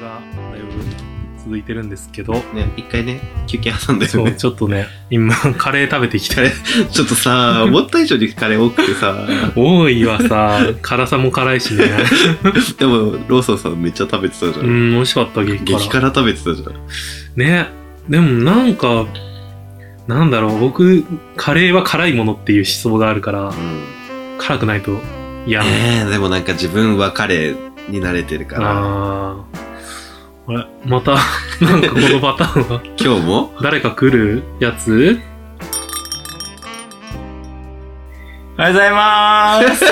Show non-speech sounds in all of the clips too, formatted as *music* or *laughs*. がだいぶ続いてるんですけど、ね、一回ね、休憩挟んだそよう、ね。ちょっとね、今、カレー食べてきカてレ、ー、ちょっとさ、思った以上にカレー多くてさ、 *laughs* 多いわさ、辛さも辛いしね。でも、ローソンさんめっちゃ食べてたじゃ。うんん、美味しかった、激辛。激辛食べてたじゃん。ね。でもなんか、なんだろう、僕、カレーは辛いものっていう思想があるから、辛くないと嫌なえー、でもなんか自分はカレーに慣れてるから、あーあれまた、 *laughs* なんかこのパターンは、今日も誰か来るやつおはようございます。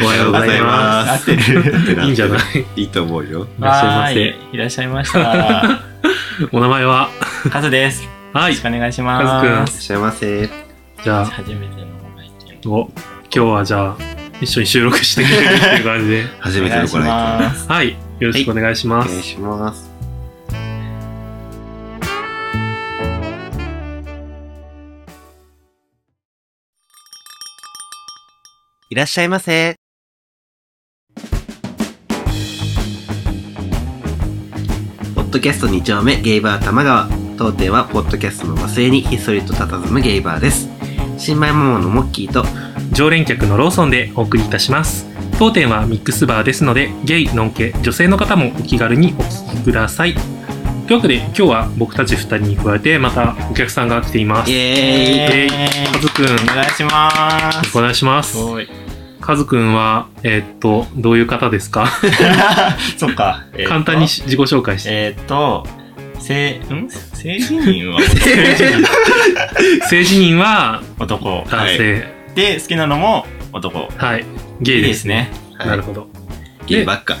おはようございま合ってる。すす。いいんじゃないいいと思うよ。いらっしゃいませ。はーい。いらっしゃいました。お名前はカズです。よはろいし。くお願いしカズくんまいらっす。しゃいませ。じゃあ、初めてのご来店。お、今日はじゃあ、一緒に収録してくれるっていう感じで。初めてのご来お願いし店。ますはい。よろしくお願いしおま願いす。します。いらっしゃいませ。ポッドキャスト2丁目ゲイバー玉川当店はポッドキャストの和製にひっそりと佇むゲイバーです新米ママのモッキーと常連客のローソンでお送りいたします。当店はミックスバーですので、ゲイ、ノンケ、女性の方もお気軽にお聞きください。というわけで、今日は僕たち2人に加えて、またお客さんが来ていますイ。イエーイエーイカズくん、お願いします。お願いしますす。ごい。カズくんは、えーっと、どういう方ですか *laughs* そっか。えーと簡単にし自己紹介して。えーっと、せい、ん性自認は性自認は男。男性。で、好きなのも男。はい。ゲいイいで。ですすね。はいなるほど。ゲイばっか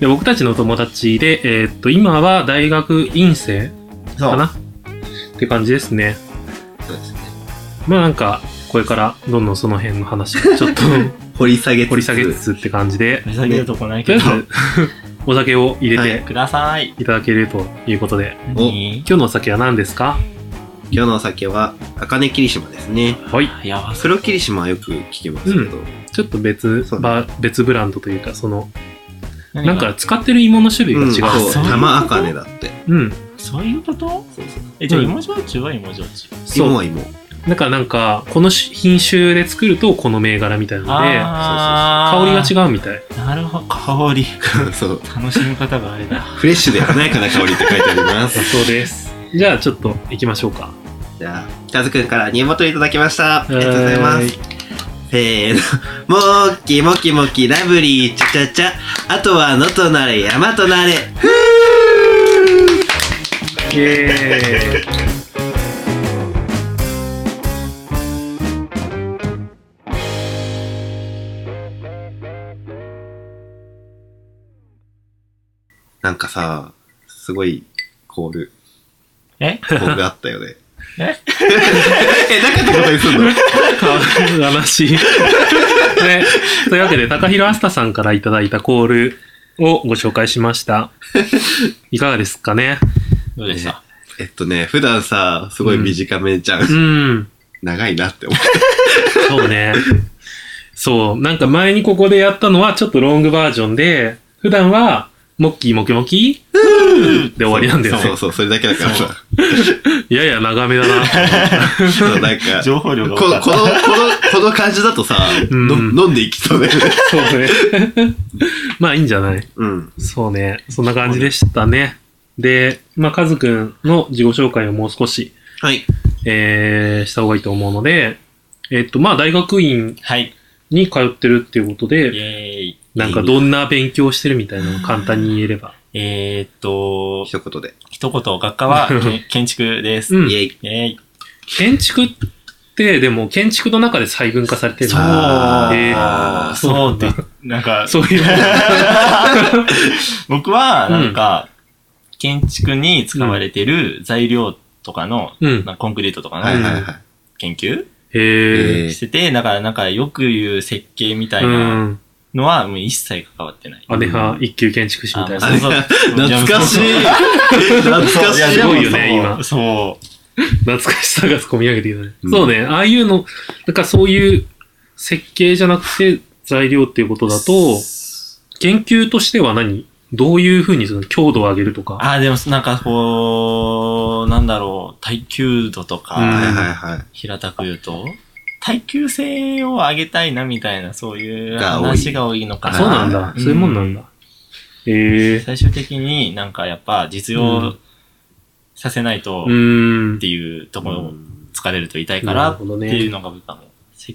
で僕たちの友達で、えーっと、今は大学院生そかなう。って感じですね。そうですねまあなんか、これからどんどんその辺の話をちょっと掘り下げつつ掘り下げつつって感じで、ふざけるとこないとけりど。あえずお酒を入れはていください。いただけるということで、お何今日のお酒は何ですか今日のお酒は茜霧島ですねはい。やばそう。黒霧島はよく聞きますけど、ちょっと別そう、ねば別ブランドというか、その、何がなんか使ってる芋の種類が違そうう。そういうこと玉茜だってうん。そういうことそうそうえ、じゃあうん芋焼酎は芋焼酎。そう芋は芋 *laughs* だからなんか、この品種で作るとこの銘柄みたいなので、香りがあ違うみたい。う。なるほど。香り。そう楽しみ方があれだ。フレッシュで華やかな香りって書いてあり *laughs* ますそうです。じゃあちょっと行きましょうか。じゃあ北津くんから煮元いただきましたあえりがとうございますせーのもっきもきもきラブリーちゃちゃちゃあとは野となれ山となれふイーエーイなんかさすごいコールえコールあったよね *laughs* ええなかったことにすん *laughs* の悲しい。ね、というわけで、高弘あすたさんからいただいたコールをご紹介しました。いかがですかねどうでしたえっとね、普段さ、すごい短めじゃん。うん。長いなって思う。そうね。そう。なんか前にここでやったのはちょっとロングバージョンで、普段は、モッキーモキモキで終わりなんだよそねう。そう、それだけだからさ。やや長めだな。そうなんか、こ *laughs* 情報量がこ多かの、っこた。の、この感じだとさ、んの飲んでいきそうだよね。そうね。まあいいんじゃないうん。そうね。そんな感じでしたね。で、まあ、カズくんの自己紹介をもう少し、はい。えー、した方がいいと思うので、えっと、まあ、大学院はい。に通ってるっていうことイで、ェーイ。なんかどんな勉強してるみたいなのを簡単に言えれば。えー、っと、一言で。一言、学科はけ建築です。うイんイ。ェイ。ェーイ。建築って、でも建築の中で細分化されてるそうえーあーそうって、なんか、そう *laughs* いう。僕は、なんか、建築に使われてる材料とかの、うん。なんかコンクリートとかはいのはいはい。研究へえ。。えしーてて、だからなんかよく言う設計みたいうなんのはもう一切関わってない。アネハ一級建築士みたいあなそう。そう懐か *laughs* しい懐かしやいすごいよね今そう。懐かしさが込み上げてきたね。うんそうね。ああいうの、なんかそういう設計じゃなくて材料っていうことだと、研究としては何どういうふうにその強度を上げるとか。ああ、でもなんかこう、なんだろう、耐久度とか、うんはいはいはい。平たく言うと、耐久性を上げたいなみたいな、そういうが多い話が多いのかあな。そうなんだ。そういうもんなんだ。へえ。最終的になんかやっぱ実用させないとうーんって。いうところを疲れると痛いからなるってほどねいうのが僕はもう、せ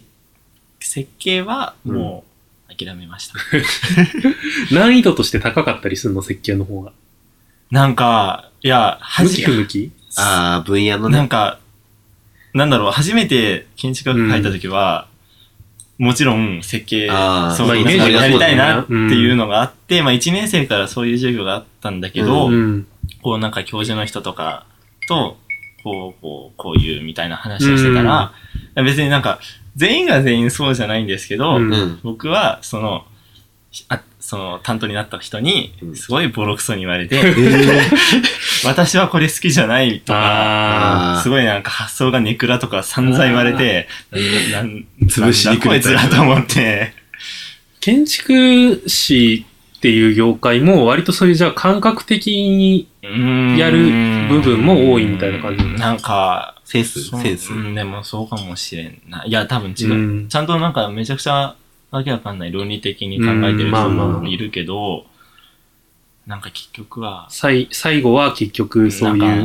設計はもう諦めました。難易度として高かったりするの、設計の方が。なんか、いや、は向じき不向きああ、分野のなね。んか、なんだろう、初めて建築学入った時は、もちろん設計、あーそう、まあイイメメーージジやがりそうただいよねなっていうのがあって、まあ1年生からそういう授業があったんだけど、うん。こうなんか教授の人とかと、こう、こう、こういうみたいな話をしてたら、別になんか、全員が全員そうじゃないんですけど、うんうん。僕は、その、あその担当になった人にう、んすごいボロクソに言われて、 *laughs* 私はこれ好きじゃないとか、ああーすごいなんか発想がネクラとか散々言われて、なん潰しに来るなんだこいつらと思って、ー建築士っていう業界も割とそういうじゃあ感覚的に、ややる部分も多いみたいな感じなんか、センス、そうセンスう。ん、でもそうかもしれんな。いや、多分違う。うんちゃんとなんかめちゃくちゃわけわかんない論理的に考えてうる人んまあまもあいるけど、なんか結局は、最最後は結局そうないん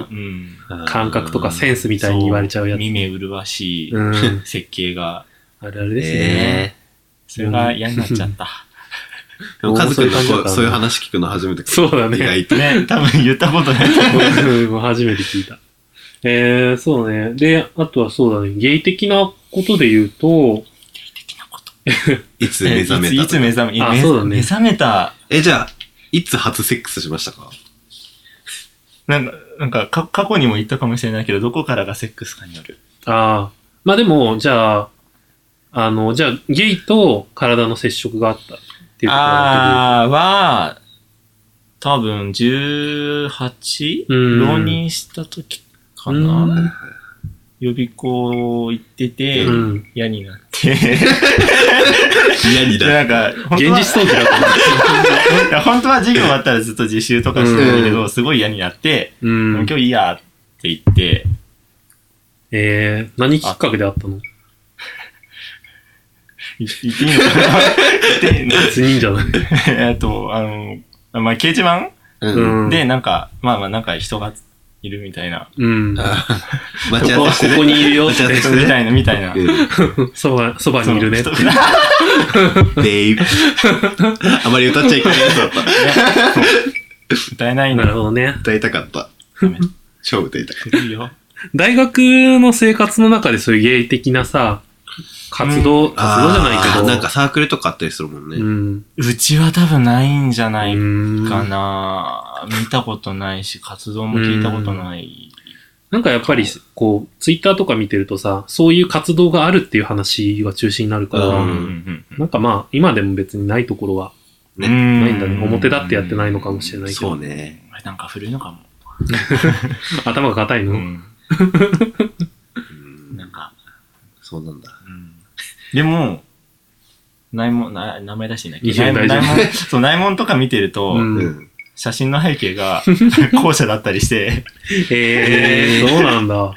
うかうん、感覚とかセンスみたいに言われちゃうやつ。見目麗しいうん。設計が、あるあるえですね。えそれが嫌になっちゃった。でも、カズそうい君う感じだのかこらねうそういう話聞くの初めて。そうだ意 *laughs* ね。外と。ね、多分言ったことない。もう初めて聞いた。 *laughs* えー、そうね。で、あとはそうだね。ゲイ的なことで言うと、的なこといつ目覚めいたついつ目覚め、いやあめそうだね目覚めた、え、じゃあ、いつ初セックスしましたかなんか、なんかか過去にも言ったかもしれないけど、どこからがセックスかによる。ああ。まあでも、じゃあ、あの、じゃあ、ゲイと体の接触があったっていうところだあーは、多分 18? うん浪人した時かうんな予備校行っててけど。、うん。嫌になって。嫌にでなる。 *laughs* なんか、本現当は実逃避だと思いや本当は授業終わったらずっと自習とかしてるんだけど、すごい嫌になって、う。う。もうん今日いいやって言って、えー、何きっかけであったのい言っていいのかなって別にいいんじゃないえっと、あの、まあ、掲示板うん。んで、なんか、まあまあ、なんか人がいるみたいな、うん。こあー *laughs* 待こち合わはせしてここね。にいるよっ待ち合わて。せみたいな、みたいな。そば、そばにいるねって。その人うん。ベイブ。 *laughs* あまり歌っちゃいけないやつだった。歌えないんなだるほどね。歌いたかった。ダメ超歌いたかっ古いよ。大学の生活の中でそういうゲイ的なさ、活動、た。活動じゃないけあど。ーなんかサークルとかあったりするもんうね。ん。うちは多分ないんじゃないかか。な、見たことないし、活動も聞いたことない。なんかやっぱり、こう、ツイッターとか見てるとさ、そういう活動があるっていう話が中心になるから、うんんなんかまあ、今でも別にないところはねないんんだね。表立ってやってないのかもしれないけど。そうね。俺なんか古いのかも。頭が硬いの、うん。うんなんか、そうなんだ。うん。でも、内門、な名前出していいんだっけいや大内門丈夫内門そう、内門とか見てると、うんうん。写真の背 *laughs* 景が校舎だったりして、ええー、そうなんだ。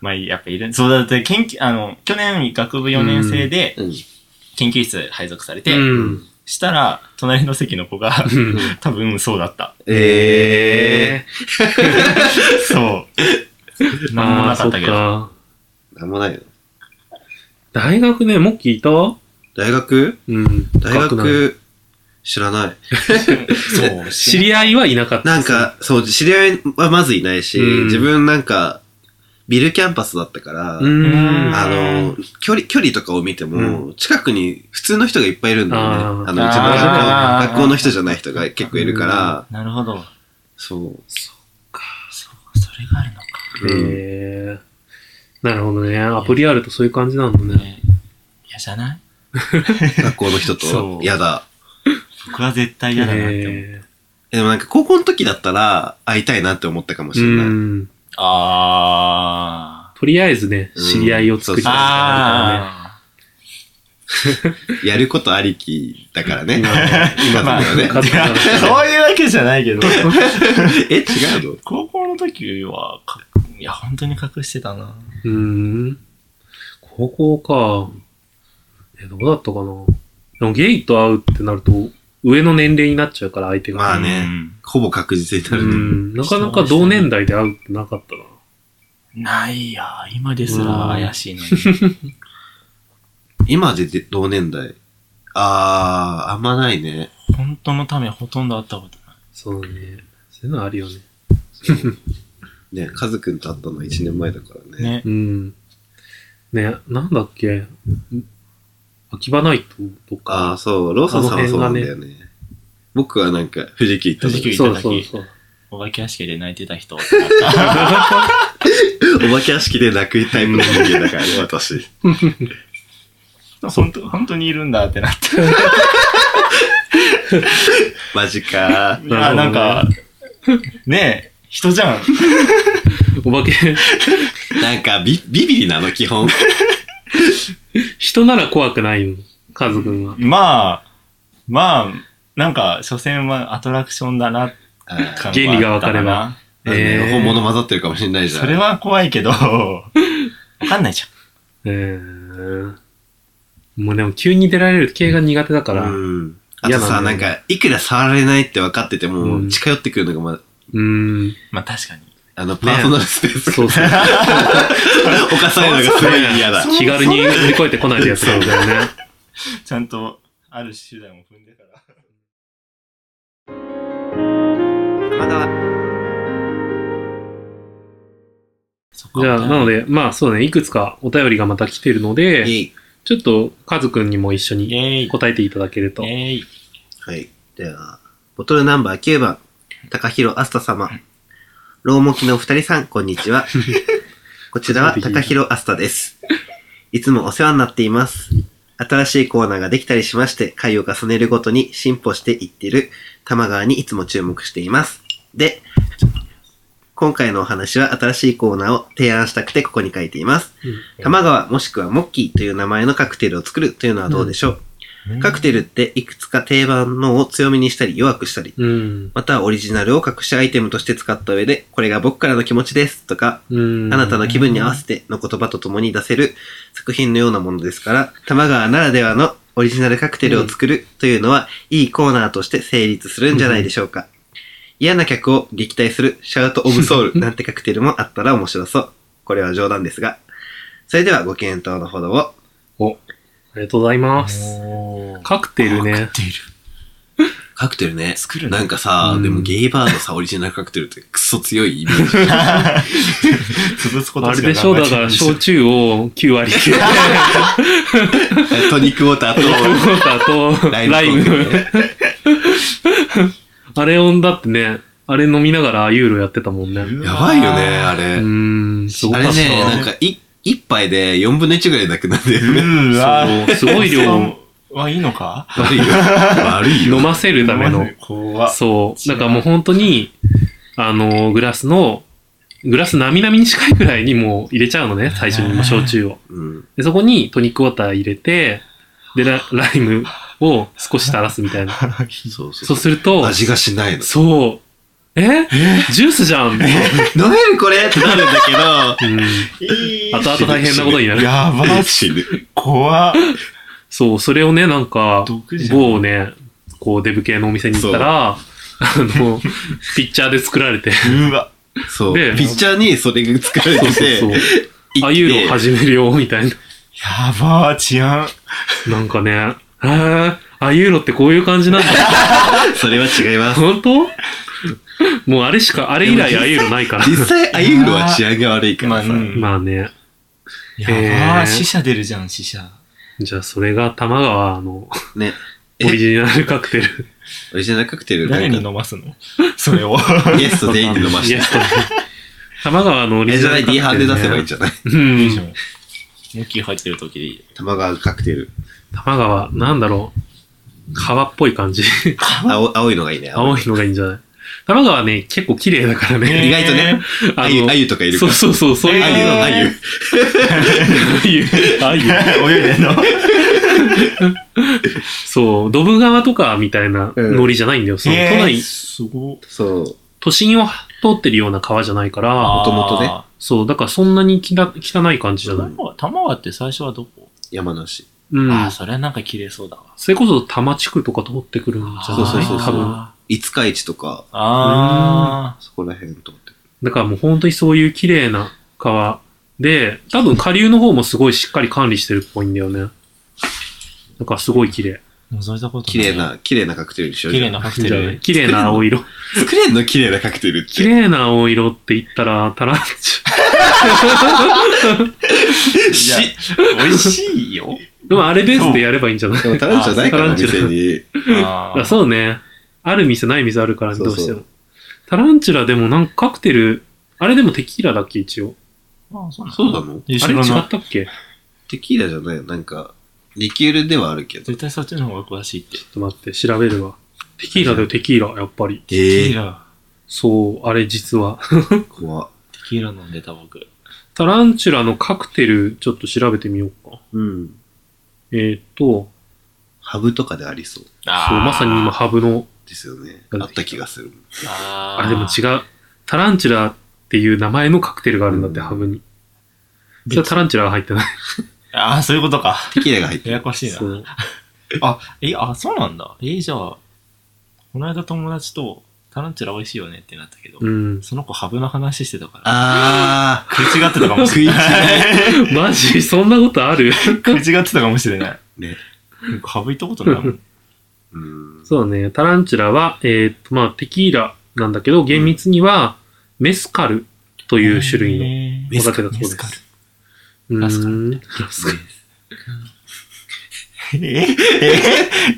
まあやっぱいる。そうだって、研究、あの、去年学部4年生でうん。研究室配属されうて、ん。したら、隣の席の子が、うん多分そうだ *laughs* った。ええそう。ー、なんもあなあ、かそっったけど。か。ー。なんもないの。大学ね、もっきいたわ大学うん。大深くない学、知らない。そう。知り合いはいなかった。なん、か、そう、知り合いはまずいないし、うん自分なんか、ビルキャンパスだったから、うーん。あの、距離、距離とかを見ても、近くに普通の人がいっぱいいるんだよね。ああーの、うちの学あー校、学校の人じゃない人が結構いるから、なるほど。そう。そう、それがあるのかうんえー、なるほどね。アプリあるとそういう感じなんだね。ね。嫌じゃない学校の人そとう、やだ。僕は絶対嫌だなって思う。えでもなんか高校の時だったら、会いたいなって思ったかもしー、れない。うん。あとりあえずね、知り合いを作りたいー。からね。あやることありきだからね。今とまあ、かね。いやそういうわけじゃないけど、 *laughs* え、違うの高校の時はか、いや、本当に隠してたな。 *laughs* うーん。高校か。え、どうだったかな。でもゲイと会うってなると、上の年齢になっちゃうから、相手が。まあねうんほぼ確実にうなるね。ん。なかなか同年代で会うってなかったな。ないや、今ですら怪しいのに。 *laughs* 今でで同年代。あー、あんまないね。本当のためほとんど会ったことない。そうね。そういうのあるよね。 *laughs* そうね、カズくんと会ったのは1年前だからね。ね。うん。ね、なんだっけ。ん秋葉ナイトとあか。あ、そう、ローソンさんはそうなんだよね。僕はなんか、富士急行った富士時急そうそうそう。お化け屋敷で泣いてた *laughs* 人。 *laughs* お化け屋敷で泣くタイプの人間だからね、 *laughs* 私。本当本当にいるんだってなって。マジかいや、なんか、ねえ、人じゃん。お化け、 *laughs* ー。なんかビ、ビビリなの、基本。人なら怖くないの。カズくんは。まあ、まあ、なんか、所詮はアトラクションだな、あー感原理が分かればはあったあかのねえー本物混ざってるかもしれないなじゃん。それは怖いけど、わかんないじゃん。えー。もうでも急に出られる系が苦手だから。うん。あと嫌さ、ななんんだよねか、いくら触られないって分かってても、うん近寄ってくるのがまだ、うん。まあ確かに。あの、パーソナルスペー *laughs* スそう *laughs* そう。を犯されるのがすごい嫌だ。そう気軽に乗り越えてこないってやつなんだよ *laughs* ね。ちゃんと、ある手段を踏んでから。そっかじゃあ、なので、まあそうね、いくつかお便りがまた来てるので、イェイちょっとカズくんにも一緒イにェイ。答えていただけると。イェイ。はい。では、ボトルナンバー9番、高弘アスタ様。ローモキのお二人さん、こんにちは。こちらは高弘アスタです。いつもお世話になっています。新しいコーナーができたりしまして、回を重ねるごとに進歩していってる玉川にいつも注目しています。で、今回のお話は新しいコーナーを提案したくてここに書いています。玉川もしくはモッキーという名前のカクテルを作るというのはどうでしょう、カクテルっていくつか定番のを強めにしたり弱くしたり、うん。またはオリジナルを隠しアイテムとして使った上で、これが僕からの気持ちですとか、うん。あなたの気分に合わせての言葉と共に出せる作品のようなものですから、玉川ならではのオリジナルカクテルを作るというのは、いいコーナーとして成立するんじゃないでしょうか。嫌な客を撃退するシャウトオブソ *laughs* ウルなんてカクテルもあったら面白そう。これは冗談ですが。それではご検討のほどを。ありがとうございます。おーカクテルねカ。クテル。カクテルね。作るなんか、かさ、うんでもゲイバーのさ、オリジナルカクテルってクソ強いイメー *laughs* ジ。潰すことあれしかでしょ考えだてかないら、でしょ焼酎を9割。トニックウォーターと、と、 *laughs* ラライムイム。あれ音だってね、あれ飲みながらユーロやってたもんね。うやばいよね、あれ。ーん、すごあかった。れね、なんか、い、一杯で4分の1ぐらいなくなるんだよね。うーわーそうすごい量はいいのか悪いよ。悪いよ。飲ませるための。怖っそう。違だうからもう本当に、あの、グラスの、グラス並々に近いぐらいにもう入れちゃうのね、最初にもう焼酎を。うん。で、そこにトニックウォーター入れて、で、ラライムを少し垂らすみたいな。そうそう。そうすると、味がしないの。そう。えジュースじゃん、飲めるこれってなるんだけど、うん、後々大変なことになる。やばっ死ぬ。怖っそう、それをね、なんか毒じ、ゃん某ね、こう、デブ系のお店に行ったら、 *laughs* あの、ピッチャーで作られて、うわそう。でピッチャーにそれが作られそうてそうてそう、。行っあゆーロて始めるよ、みたいな。やばー治安なんかね、へーあユーロってこういう感じなんだ。それは違います。本当もうあれしか、あれ以来あユーロないから。実際、あゆうのは治安が悪いからさまあう。んまあね、やばへーー死者出るじゃん死者じゃあそれが玉川のね。オリジナルカクテル。オリジナルカクテルなんか誰に飲ますのそれをイエスと全員に飲ましイエた。スと玉川のオリえ、ジじゃナないル D ハンで出せばいいんね。じゃないうん。向き入ってる時でいい玉川カクテル。玉川、なんだろう。川っぽい感じ。青青いのがいいね。青いのがいいんじゃない玉川ね、結構綺麗だから意ね。外とねあゆ、あゆとかいるかそうら。そうそう、そういうあゆえの、あゆ。あゆ。あゆ。泳いでんのそう、ドブ川とかみたいなノリじゃないんだよ。その都内、すごそう。都心を通ってるような川じゃないから、ともとねね。そう、だからそんなにきだ汚い感じじゃない。玉川玉川って最初はどこ山梨。うん。ああ、それはなんか綺麗そうだわ。それこそ多摩地区とか通ってくるんじゃそうそうないそう多分。五日市とか、あそこら辺と思って。だからもう本当にそういう綺麗な川で、多分下流の方もすごいしっかり管理してるっぽいんだよね。だからすごい綺麗。あ。覗いたことない。綺麗。な、綺麗なカクテルにしよう綺麗なカクテじゃないル。綺麗な青色。作れんの綺麗なカクテル *laughs* って。綺麗な青色って言ったら、タランチュ。いやし、美味しいよ。 *laughs* でもあれベースでやればいいんじゃないでもタランチュラないから、あそうタ店ランに。ああそうね。ある店ない店あるから、そどううそうしても。タランチュラでもなんかカクテル、あれでもテキーラだっけ一応。あ、そうなんだそうなのいやあ知れら違ないったっけちょテキーラじゃないよ。なんか、リキュールではあるけど。絶対そっちの方が詳しいって。っと待って、調べるわ。テキーラだよ、テキーラ、やっぱり。テえキえーラ、そう、あれ実は。怖っテキーラ飲んでた僕。タランチュラのカクテル、ちょっと調べてみようか。うん。えーっと、ハブとかでありそうそう、まさに今ハブの、ですよね。なんあだっっけた気がする。ああれでもう。違う。タランチュラっていう名前のカクテルがあるんだって、うんハブに。じゃタランチュラが入ってない。ああ、そういうことか。テキーラが入ってやる。やこしいなそ。う。あ、え、あ、そうなんだ。え、じゃあ、この間友達と、タランチュラ美味しいよねってなったけど、うん。 *laughs* その子ハブの話してたから、あ食い違ってたかもしれない。マジそんなことある食い違ってたかもしれない。 *laughs* ー。ね。ハブ行ったことないもん。うん。そうね。タランチュラは、えーっと、まあ、テキーラなんだけど、厳密には、メスカルという種類ののお酒だそうでメスカす。うメスカルーん。ル。え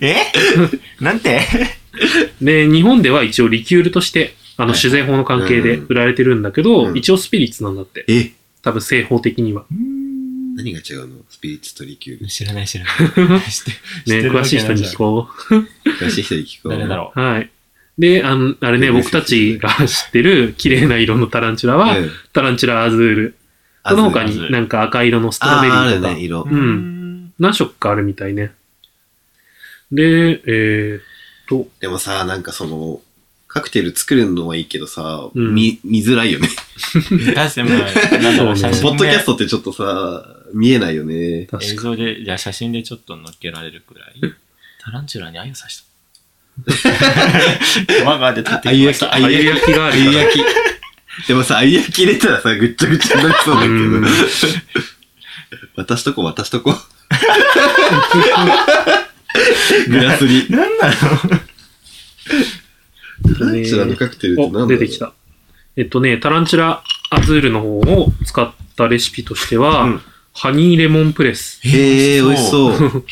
ええなんてで、日本では一応リキュールとして、あの、はい酒税法の関係でうん売られてるんだけど、うん一応スピリッツなんだって。え、多分、製法的には。何が違うのスピリッツとリキュール。知らない知らない。 *laughs* 知ってね、詳しい人に聞う。こ詳しい人に聞こう。誰だろう。はい。で、あの、あれね、うん僕たちが知ってる綺麗な色のタランチュラは、うんタランチュラアズール。あその他あになんか赤色のストロベリあーるとか、ね、色う。んん。何色かあるみたいね。で、えーっと、でもさ、なんかその、カクテル作るのはいいけどさ、うん見、見づらいよね。確かに、なんだろう、そ写うね真ポッドキャでストってちょっとさ、見えないよね。確映か。像で、じゃあ写真でちょっと乗っけられるくらい。タランチュラに愛をさした。我がで立ってきました。ああゆ焼きがああるゆから。焼き。でもさ、あゆ焼き入れたらさ、ぐっちゃぐちゃになりそうだけうんど。渡しとこ、渡しと *laughs* こ。グラスに。なんなのタランチュラのカクテルって何だろお、う出てき。た。えっとね、タランチュラアズールの方を使ったレシピとしては、うんハニーレモンプレス。へえ、美味しそう。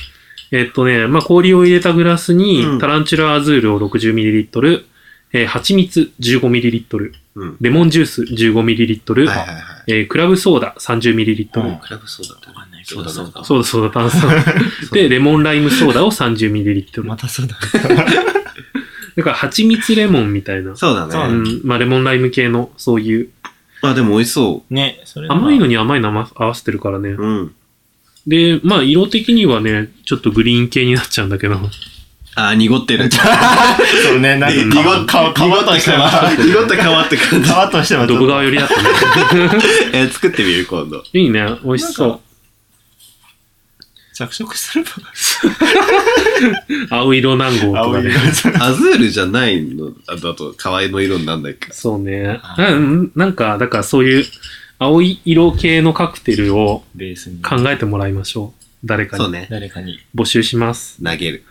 えっとね、まあ、氷を入れたグラスに、うんタランチュラアズールを 60ml、えー、蜂蜜 15ml、うん。レモンジュース 15ml、はいはいはい。えークラブソーダ 30ml、うんクラブソーダってわかんないけそどうだそうそだうだ。そうだそうだ、炭酸。で、レモンライムソーダを 30ml。またそうだ。だから、蜂蜜レモンみたいな。そうだそうね。ん、まあ、レモンライム系の、そういう、あ、でも美味しそね、それ甘いのに。に甘いの合わせてるからね。う。うん。で、まあ、色的にはね、ちょっとグリーン系になっちゃうんだけど。あ、 *laughs* 濁ってる。そうね、なん濁っか、*laughs* 皮濁皮とったして川は、 *laughs* 濁った川って感じ。皮としてはちょドっとブ川寄りだったね。えー、作ってみる今度。いいね、美味しそう。着色すれば、青色南郷と青かいね。アズールじゃないのだと、可愛いの色になんだっけそうね。あーうんなんか、だからそういう青い色系のカクテルをベースに。考えてもらいましょう。誰かそうにね。誰かに。募集します。投げ *laughs* る。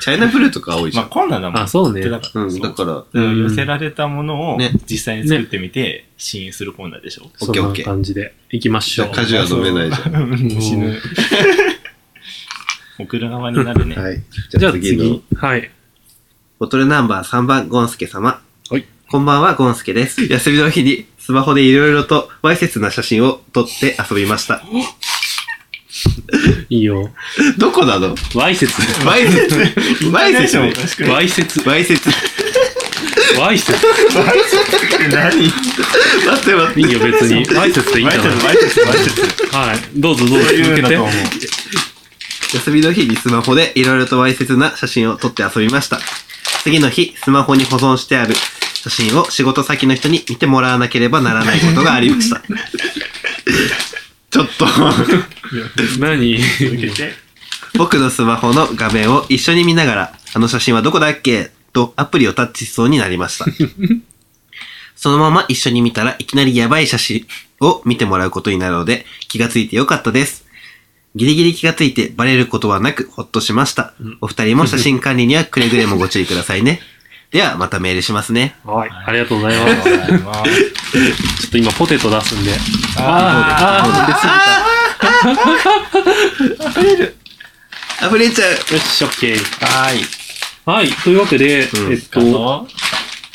チャイナブルーとか多いじゃまあ、ん。こんなんだもん。あ、そうね。だから、うん、だから、オうん寄せられたものをね実際に作ってみて、試飲するコーナーでしょ。そんッケーオッなケー。感じで行きましょう。カジュアル飲めないじゃん死うぬ。送る側になるね。はい。じじゃゃああ次の次。。はい。ボトルナンバー3番、ゴンスケ様。はい。こんばんは、ゴンスケです。休みの日にスマホでいろいろとわいせつな写真を撮って遊びました。いいよ。 *laughs* どこなのわい *laughs* せつ。わいせつ。わいせつね。わいせつ。わいせつ。わいせつ。何待って待いっいよ、別 *laughs* に。わいせつでいいんじゃない毎節毎節毎節はい。どうぞどうぞ。そうい続うけのてと思う。休みの日にスマホでいろいろとわいせつな写真を撮って遊びました。次の日、スマホに保存してある写真を仕事先の人に見てもらわなければならないことがありました。ちょっと、何続けて。僕のスマホの画面を一緒に見ながら、あの写真はどこだっけとアプリをタッチしそうになり *laughs* ました。そのまま一緒に見たらいきなりやばい写真を見てもらうことになるので気がついてよかったです。ギリギリ気がついてバレることはなくほっとしましたうん。お二人も写真管理にはくれぐれもご注意ください *laughs* ね。ではまたメールしますね。はい。ありがとうございありまがとうございますす。ちょっと今ポテト出すんで。ああー *laughs* 溢れちゃうよし、オッケー。ーはい。はい。というわけで、うんえっあと、の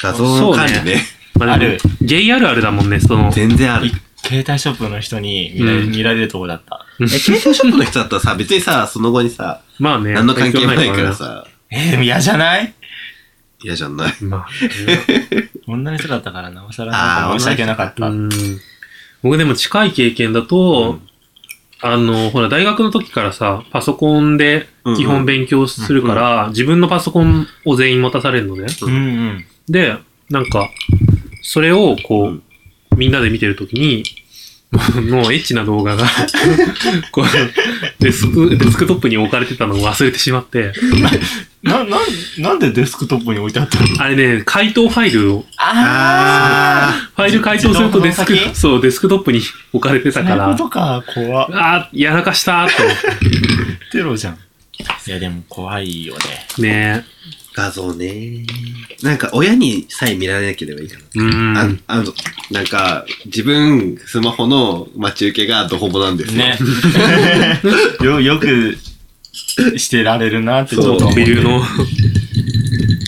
画像の管理そうね。まあでもあるゲイあるあるだもんね、その。全然ある。携帯ショップの人に見られうん見られるとこだった。え、携帯ショップの人だったらさ、別にさ、その後にさ、まあね。何の関係もないからな。さ、えー、でも嫌じゃない嫌じゃない。ま女の人だったからなおさらあーなんか申し訳なかっあ、た。うん。僕でも近い経験だと、あの、ほら、大学の時からさ、パソコンで基本勉強するから、自分のパソコンを全員持たされるのね。うんうん。で、なんか、それをこう、うんみんなで見てるときに、 *laughs* もうエッチな動画が *laughs* こうデスク、デスクトップに置かれてたのを忘れてしまって、な、な、なんでデスクトップに置いてあったのあれね、解凍ファイルを、あファイル解凍するとデス自ク、動保存先そう、デスクトップに置かれてたかそういうらこ、とか、怖っあー、やらかしたーと思っテロじゃん。いや、でも怖いよね。て。ね画像ね。なんか親にさえ見られなければいいかえ。うな。ん。あ、あの、なんか、自分、スマホの待ち受けがドホボなんですよ。ね。 *laughs* よ、よくしてられるなってちょっと思ってビルの、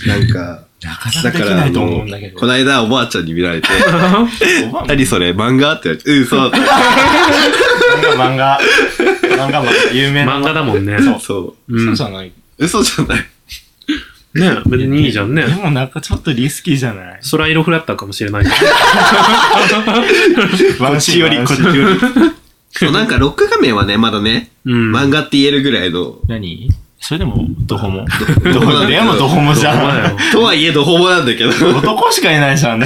なんか、なかなかだでかきら、なあいと思のうんだけど。こないだおばあちゃんに見られて、おばあ何それ漫画って言われて、うん、そう。漫画、漫画、漫画も有名な。漫画だもんね。そう *laughs* そう。うそんうじ。ゃない。嘘じゃない。ねえ別にいいじゃんねで。もなんかちょっとリスキーじゃない空色フラッターかもしれないけど。こっちよりこっちより。そう、なんかロック画面はね、まだね、うん。漫画って言えるぐらいの、何それでも、ドホモ。ドドホホモなんだモ。けでどもドホモじどうだゃんよ。とはいえドホボなんだけど。男しかいないじゃん。な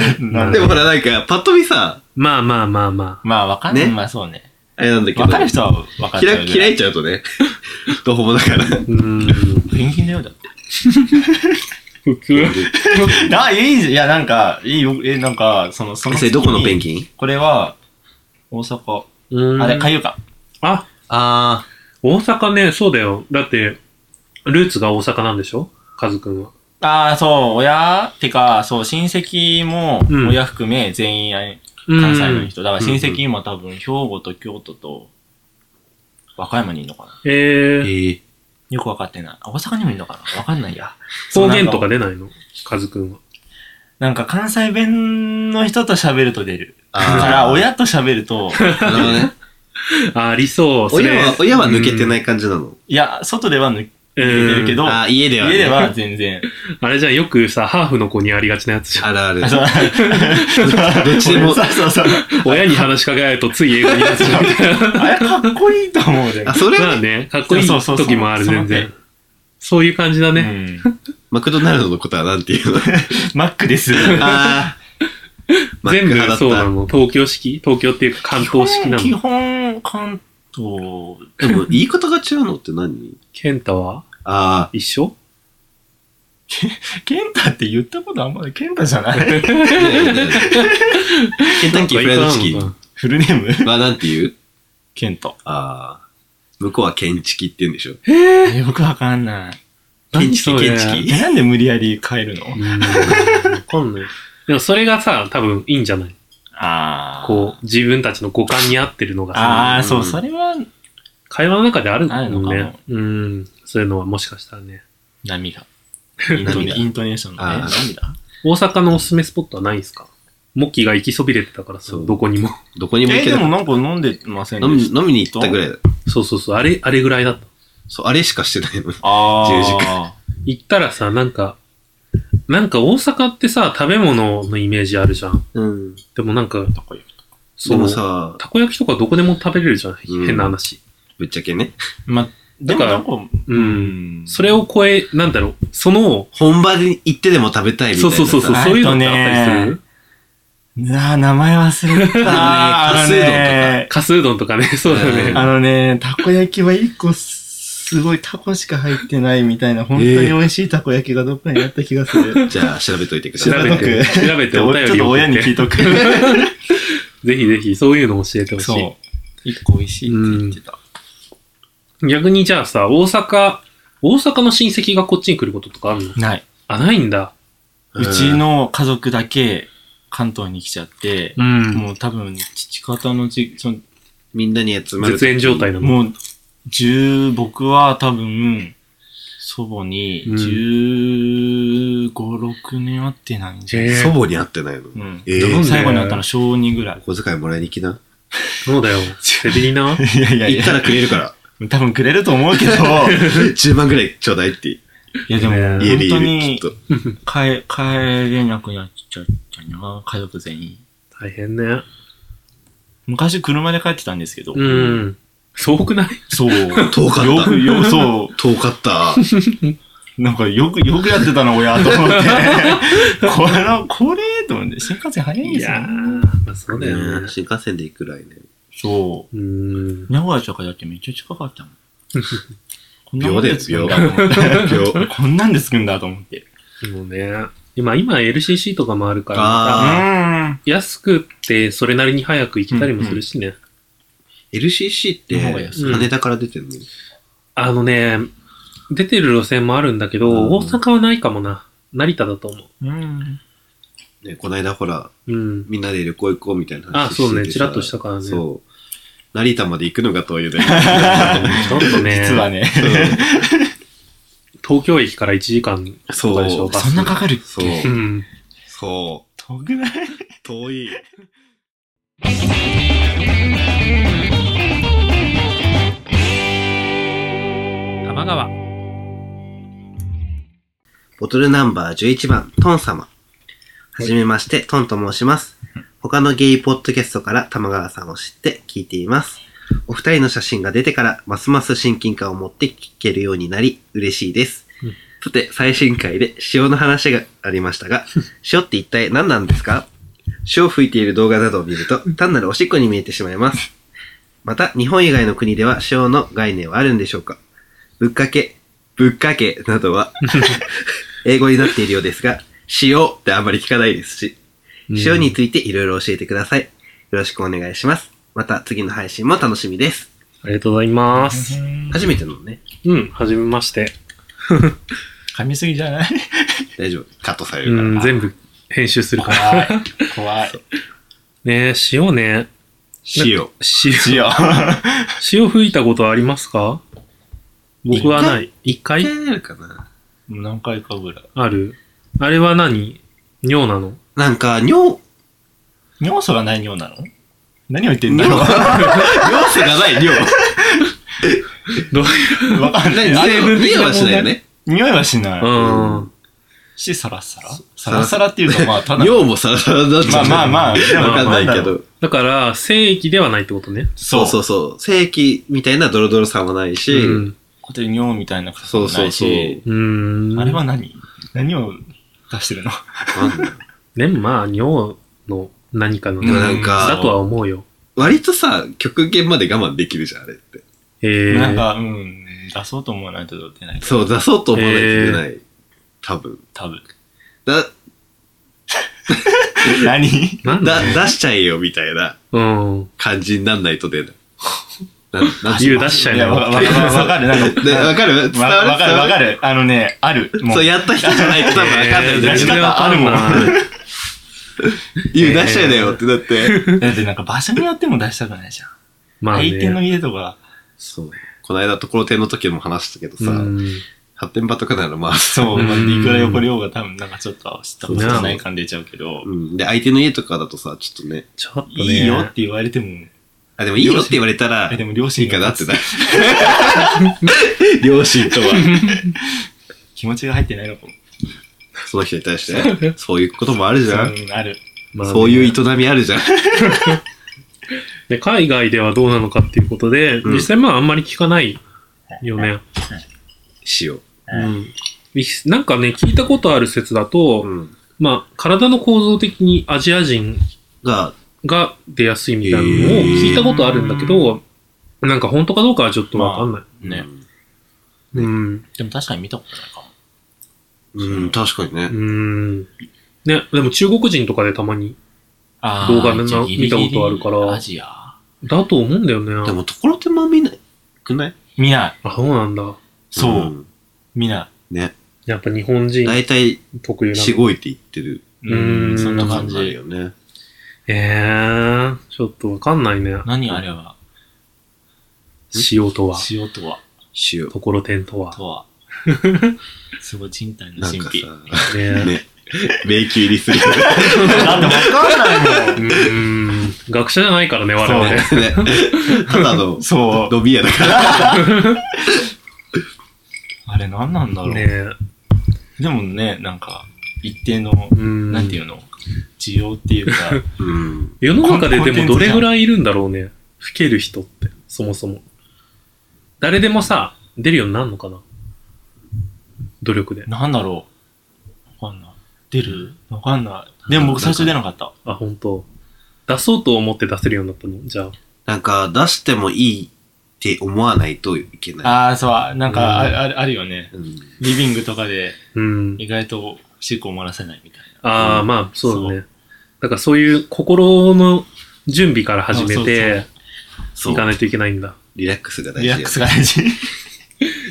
*laughs* んででもほら、なんか、パッと見さ、まあまあまあまあ。まあ、わかんなねい。まあそうね。あれなんだけど、わかる開人はわかっちゃうぐらい。開いちゃうとね、 *laughs* ドホボだから。うーん。ペンギンだよ、だって。普通 *laughs* あ、いいじゃん。いや、なんか、いいよ。え、なんか、その、その。それどこのペンギンギンこれは、大阪。あれ、かゆか。あ、あ大阪ね、そうだよ。だって、ルーツが大阪なんでしょカズくんは。ああ、そう、親てか、そう、親戚もうん、親含め全員、あれうん関西の人。だからうんう親ん戚今多分、兵庫と京都と、和歌山にいるのかなえーー、ええよくわかってない。あ大阪にもいるのかなわかんな *laughs* いや。方言とかで出ないのカズくんは。なんか関西弁の人と喋ると出る。だあーから、親と喋ると、なるほどね。あ、ありそう。それ親は、親は抜けてない感じなの。いや、外では抜うん抜けてるけど *laughs* あー、家では、ね。家では全然。あれじゃん、よくさ、ハーフの子にありがちなやつ *laughs* じゃん。あるある。そう *laughs* どっちでもそうそうそう。親に話しかけられるとつい英語になっちゃう。あれ、かっこいいと思うでもあ、それまは、あね、かっこいいそうそうそう時もある、その全然ね。そういう感じだね。うんマクドナルドのことはなんていうのマックです。ああ。全 *laughs* マック部派そうだなっの。東京式東京っていうか関東式な基の。本、関東、た。でも、言い方が違うのって何ケンタはあ一緒ケンタって言ったことあんまり、ケンタじゃない *laughs* あ。ねえねえケンタッキーフライドチキンフルネームはなんて言うケンタ。ああ。向こうはケンチキって言うんでしょえ、よくわかんない。ケンチキ、何それケンチキ。えなんで無理やり変えるのうんわかんない。でもそれがさ、多分いいんじゃないあこう、自分たちの五感に合ってるのがさ、ああ、そうう、んそれは会話の中であるあるのもんかねも。うん。そういうのはもしかしたらね。波が。イントネ波がイントネーションのね、あー波だ。大阪のおすすめスポットはないんすかモッキーが行きそびれてたからさ、そうどこにも。どこにえも行ー、けでなもい。なんか飲んでません飲みでした飲みに行ったぐらいだ。そうそうそう、あれ、あれぐらいだった。そう、あれしかしてないの。ああ。 10時行ったらさ、なんか、なんか大阪ってさ、食べ物のイメージあるじゃん。うん。でもなんか、どこよそでのもさ、たこ焼きとかどこでも食べれるじゃん。うん変な話。ぶっちゃけね。まあ、でもなんか、うんそれを超え、なんだろう、その、本場に行ってでも食べたいみたそいうな。そうそうそう、あそういうのってあったりするなあ、名前忘れ *laughs* た。あのねカスうどんとかね、そうだうねん。 *laughs* あのね、たこ焼きは一個すごいタコしか入ってないみたいな、本当に美味しいたこ焼きがどっかにあった気がする。じゃあ、調べといてくだ調さい。べて、調べてちょおっ便りとを送親っに聞いて。 *laughs* とく。ぜひぜひ、そういうの教えてほしい。そう。一個美味しいって言ってた。逆にじゃあさ、大阪、大阪の親戚がこっちに来ることとかあるのない。あ、ないんだ。んうち、の家族だけ関東に来ちゃって、うん。もう多分、父方のじ、そのみんなに集まる。絶縁状態なの。もう、十、僕は多分、祖母にうん15、6年会ってないんじゃない、へえ祖母に会ってないの。うんえなんでー、最後に会ったの小2ぐらい。お小遣いもらいに来な。そうだよ。セビリナいやいやい行ったや、らくれるから。 *laughs* 多分くれると思うけど、 10万ぐらいちょうだいって。いやでも、ね家で本当いる、にきっと。帰、帰れなくなっちゃったな、家族全員。大変ね。昔車で帰ってたんですけど、うん。そうくないそう、遠かったよく、よ、そう、遠かった。なんかよく、よくやってたな、親、と思って。この、これ、と思って、新幹線早いんいですよやーね。、まあそうだよね。新幹線で行くらいね。そう。うん。名古屋とかだってめっちゃ近かったもん。こんなも秒んだでよ、着く秒。秒んだと思って。 *laughs* こんなんで着くんだと思って。でもね、今、今 LCC とかもあるから、あーうん。安くってそれなりに早く行けたりもするしね。 LCC って、の方が安い羽田から出てんのあのね、出てる路線もあるんだけど、うん大阪はないかもな。成田だと思うん。ね、こないだほら、う。うん。みんなで旅行行こうみたいなあ、話してそてうね。さちらっとしたからね。う。そう。成田まで行くのが遠い *laughs* よね。ちょっとね、 *laughs* 実はね。東京駅から1時間そとかでしょう。うか。そんなかかるっけそう。うん。そう。遠くない遠い。多摩川。ボトルナンバー11番、トン様。はじめまして、トンと申します。他のゲイポッドキャストから玉川さんを知って聞いています。お二人の写真が出てから、ますます親近感を持って聞けるようになり、嬉しいです。うんさて、最新回で塩の話がありまし *laughs* たが、塩って一体何なんですか塩を吹いている動画などを見ると、単なるおしっこに見えてしまいます。また、日本以外の国では塩の概念はあるんでしょうかぶっかけ、ぶっかけなどは、英語になっているようですが、 *laughs* 塩ってあんまり聞かないですし、塩についていろいろ教えてください。よろしくお願いします。また次の配信も楽しみです。ありがとうございます。初めてなのね。うん、はじめまして。噛みすぎじゃない大丈夫。カットされうるん、から。全部編集するから。怖い。怖い。 *laughs* ねえ塩ね。塩。塩。塩。塩吹いたことありますか *laughs* 僕はない。一回一回あるかな。もう何回かぐらい。ある。あれは何尿なのなんか、尿、尿素がない尿なの何を言ってんだ *laughs* ろう尿素がない尿。どうわかんない。何成分あの匂いはしないよね。匂いはしない。うん。し、サラサラサラサラっていうか、まあ、ただ。尿もサラサラだっまあたまあまあ、でもわかんないけだろう。だど。から、精液ではないってことね。そそううそうそう。正規みたいなドロドロさもないし、うん。ホテル尿みたいな感そうそうそう。うん。あれは何何を出してるのわかんないでもまあ、尿の何かのでもなだんかとは思うよ。割とさ、極限まで我慢できるじゃん、あれって。えなんー。か、うん、出そうと思わないと出ない。そう、出そうと思わないといけない。多分。多分。だ、 *laughs* 何なんだだ、出しちゃえよみたいなうん。感じになんないと出ない。な、なん理由出しちゃいえや、よ。わわわわかる。なんか、でわかる伝わわるわかるわかる。る。あのね、ある。もそう、う、やった人じゃないと多分わか *laughs* んないんだ出けしどえー方あるもんわかんない理由出しちゃえだよってだ *laughs* って。だってなんか場所によっても出したくないじゃん。まあ *laughs* 相手のね。家とか、そう。この間、ところてんの時も話したけどうさ、ん発展場とかならまあ、そう、うんまあいくら汚れようが多分なんかちょっと知ったことない感出ちゃうけど、うん。で、相手の家とかだとさ、ちょっとね、ちょっとね。いいよって言われても、あ、でもいいよって言われたら、えでいも両親いかなってなるが。 *laughs* 両親とは、気持ちが入ってないのかも。その人に対して、そういうこともあるじゃん。うんある。まあねそういう営みあるじゃ *laughs* ん。で、海外ではどうなのかっていうことで、うん実際まああんまり聞かないいよね。塩。ううんん。なんかね、聞いたことある説だと、うん。まあ、体の構造的にアジア人が、が出やすいみたいなのを聞いたことあるんだけど、なんか本当かどうかはちょっとわかんない。ね。うん。でも確かに見たことないかも。うん。うん、確かにうね。ん。ね、でも中国人とかでたまに、あ動画な見たことあるからアジア。だと思うんだよね。でも、ところてんも見ないくない見ない。あ、そうなんだ。そう。ん見なね。やっぱ日本人大体、特有なしの。ごいていってるい。うーんそんな感感じじあ。るよね。えー、ちょっとわかんないね。何あれは塩とは、塩とは塩。ところてんとは。とは。すごい人体のなん神か秘。さ、ねね。迷宮入りする。なんでわかんないうーん。学者じゃないからね、我々。そうね。ただのもん。、そう。伸び屋だから。あれ何なんだろう。ねえ。でもね、なんか、一定の、うん。なんていうの需要っていうか、うん。世の中ででもどれぐらいいるんだろうね。老ける人って、そもそも。誰でもさ、出るようになるのかな努力で。なんだろう。わかんない。出るわかんない。でも僕最初出なかった。あ、本当。出そうと思って出せるようになったのじゃあ。なんか、出してもいいって思わないといけない。ああ、そう、なんかあ、うんあるあるよね。うん。リビングとかでうん。意外とおしっこを漏らせないみたいな。ああ、まあ、そうだね。だからそういう心の準備から始めてそいうか。ないといけないんだ。リラックスが大リラ事ックよスが大事。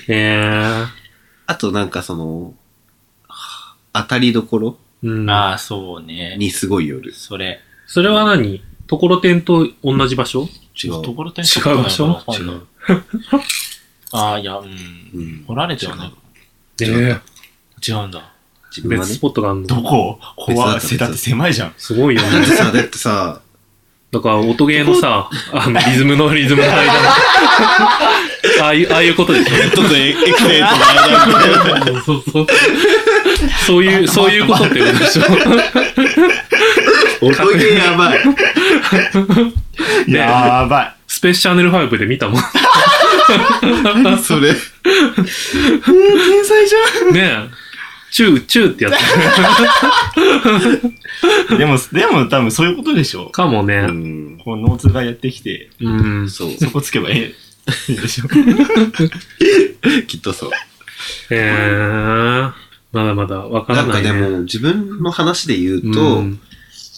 ええ。あとなんかその、はあ当たりどころうん。ああ、そうね。にすごいよる。それ。それは何ところてんと同じ場所違うと。ころてん違う場所わか違。んないうああ、いや、う。うんん掘。られてはない。え違うえ。違うんだ。自分は別ねス。ポットがあるどのこ怖別だい。ったせだって狭いじゃん。すごいよね。だってさ、だってさ、だから、音ゲーの *laughs* さ、あの、リズムのリズムの間 *laughs* のああいう、ああいうことですよね。ちょっとエクセイトの間にそうそう。そういう、そういうことって言うんで *laughs* しょ。音ゲーやばい。ね *laughs* やばスペースチャンネル5で見たもん。それ。い。天才じねえ。チュー、チューってやつ。 *laughs* ゃん。でも、でも多分そういうことでしょ。かもうね。ん。こう、脳痛がやってきて、うん。そう。そこつけばええ。いいでしょ。きっとそう。えー。まだまだわからなんなかい、ね。でも、自分の話で言ううと、ん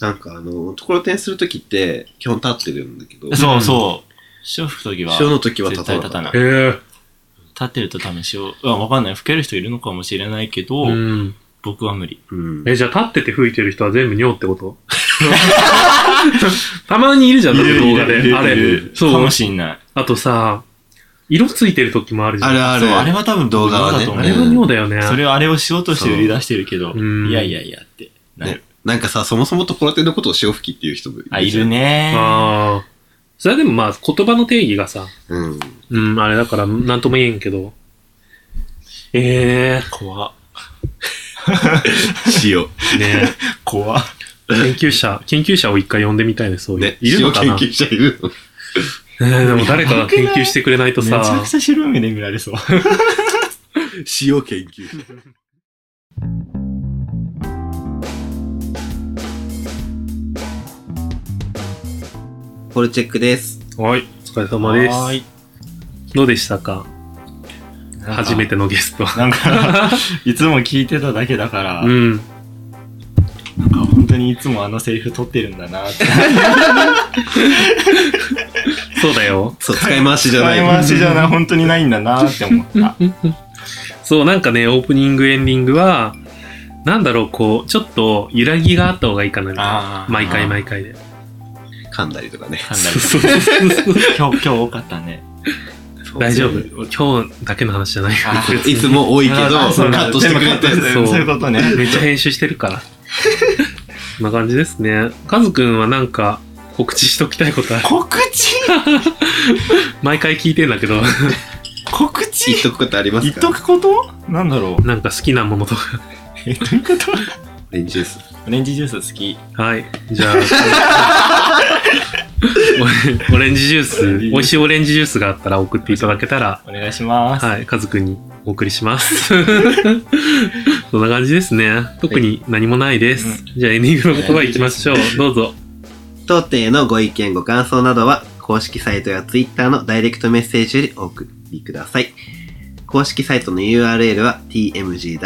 なんかあの、ところてんするときって、基本立ってるんだけ *laughs* ど、 *laughs* *laughs* そうそう。潮吹くときは、塩のときは立絶た対なか立ったたない。えー。立ってると多分潮、あわかんない。吹ける人いるのかもしれないけどう、ん。僕は無理。うん。え、じゃあ立ってて吹いてる人は全部尿ってこと *laughs* たまにいるじゃん、だって動画いるいで。るあいるいれる。かそうも。しんない。あとさ、色ついてる時もあるじゃん。あるあそう、る。あれは多分動画はねだと思あうれは尿だよね。それをあれをしようとして売り出してるけど、そううんいやいやいやってなる。ね、なんかさ、そもそもところてんのことを塩吹きっていう人もいあ、いるね。ねー。ああ。それはでもまあ言葉の定義がさ、うん。うん、あれだからなんとも言えんけど。ええ怖塩。ね怖 *laughs* 研究者、研究者を一回呼んでみたいね、そういう。ね。いるの塩か研な、究者いるのえーでも誰かが研究してくれないと *laughs* めちさ。ゃくちゃ白い目で見られそう。塩研究者。これチェックです。はい、お疲れ様ではーす。い。どうでしたか初めて。てのゲストは。なんか、いつも聞いてただけだから、うん。なんか本当にいつもあのセリフ撮ってるんだなって。そうだよ。そう、使い回しじゃ使ないい。回しじゃない、本当にないんだなって思った。そう、なんかね、オープニング、エンディングは、なんだろう、こう、ちょっと揺らぎがあった方がいいかなみたいな *laughs* あ。ー毎回毎回で。噛んだりとかね。噛んだりそうそうそうそう今日、今日多かったね。大丈夫。今日だけの話じゃない。あーいつも多いけど、あそうカットしてくれて全部カットしてそうそういうことね。めっちゃ編集してる *laughs* から。こんな感じですね。カズくんはなんか告知しときたいことある。告知毎回聞いてんだけど、 *laughs* 告言っ知とくことあります言っかとくことなんだろう。なんか好きなものとか。え、どういうことレンジュース。オレンジジュース好き。 *laughs* はい。じゃあ、オレンジジュース、美味しいオレンジジュースがあったら送っていただけたら、お願いします。はい、カズくんにお送りし *laughs* ます。そんな感じですね。特に何もないです。じゃあエンディングの言葉いきましょう。どうぞ。当店へのご意見、ご感想などは、公式サイトや Twitter のダイレクトメッセージよりお送りください。公式サイトの URL は tmgw.tokyo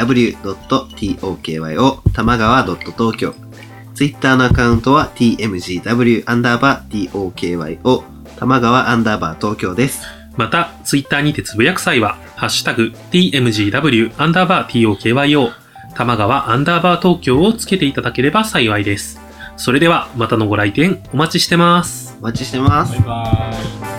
玉川 .tokyo。Twitter のアカウントは tmgw アンダーバー tokyo 玉川アンダーバー東京です。また、ツイッターにてつぶやく際は、ハッシュタグ、tmgw アンダーバー tokyo、玉川アンダーバー東京をつけていただければ幸いです。それでは、またのご来店お待ちしてます。お待ちしてますバイ。バーイ。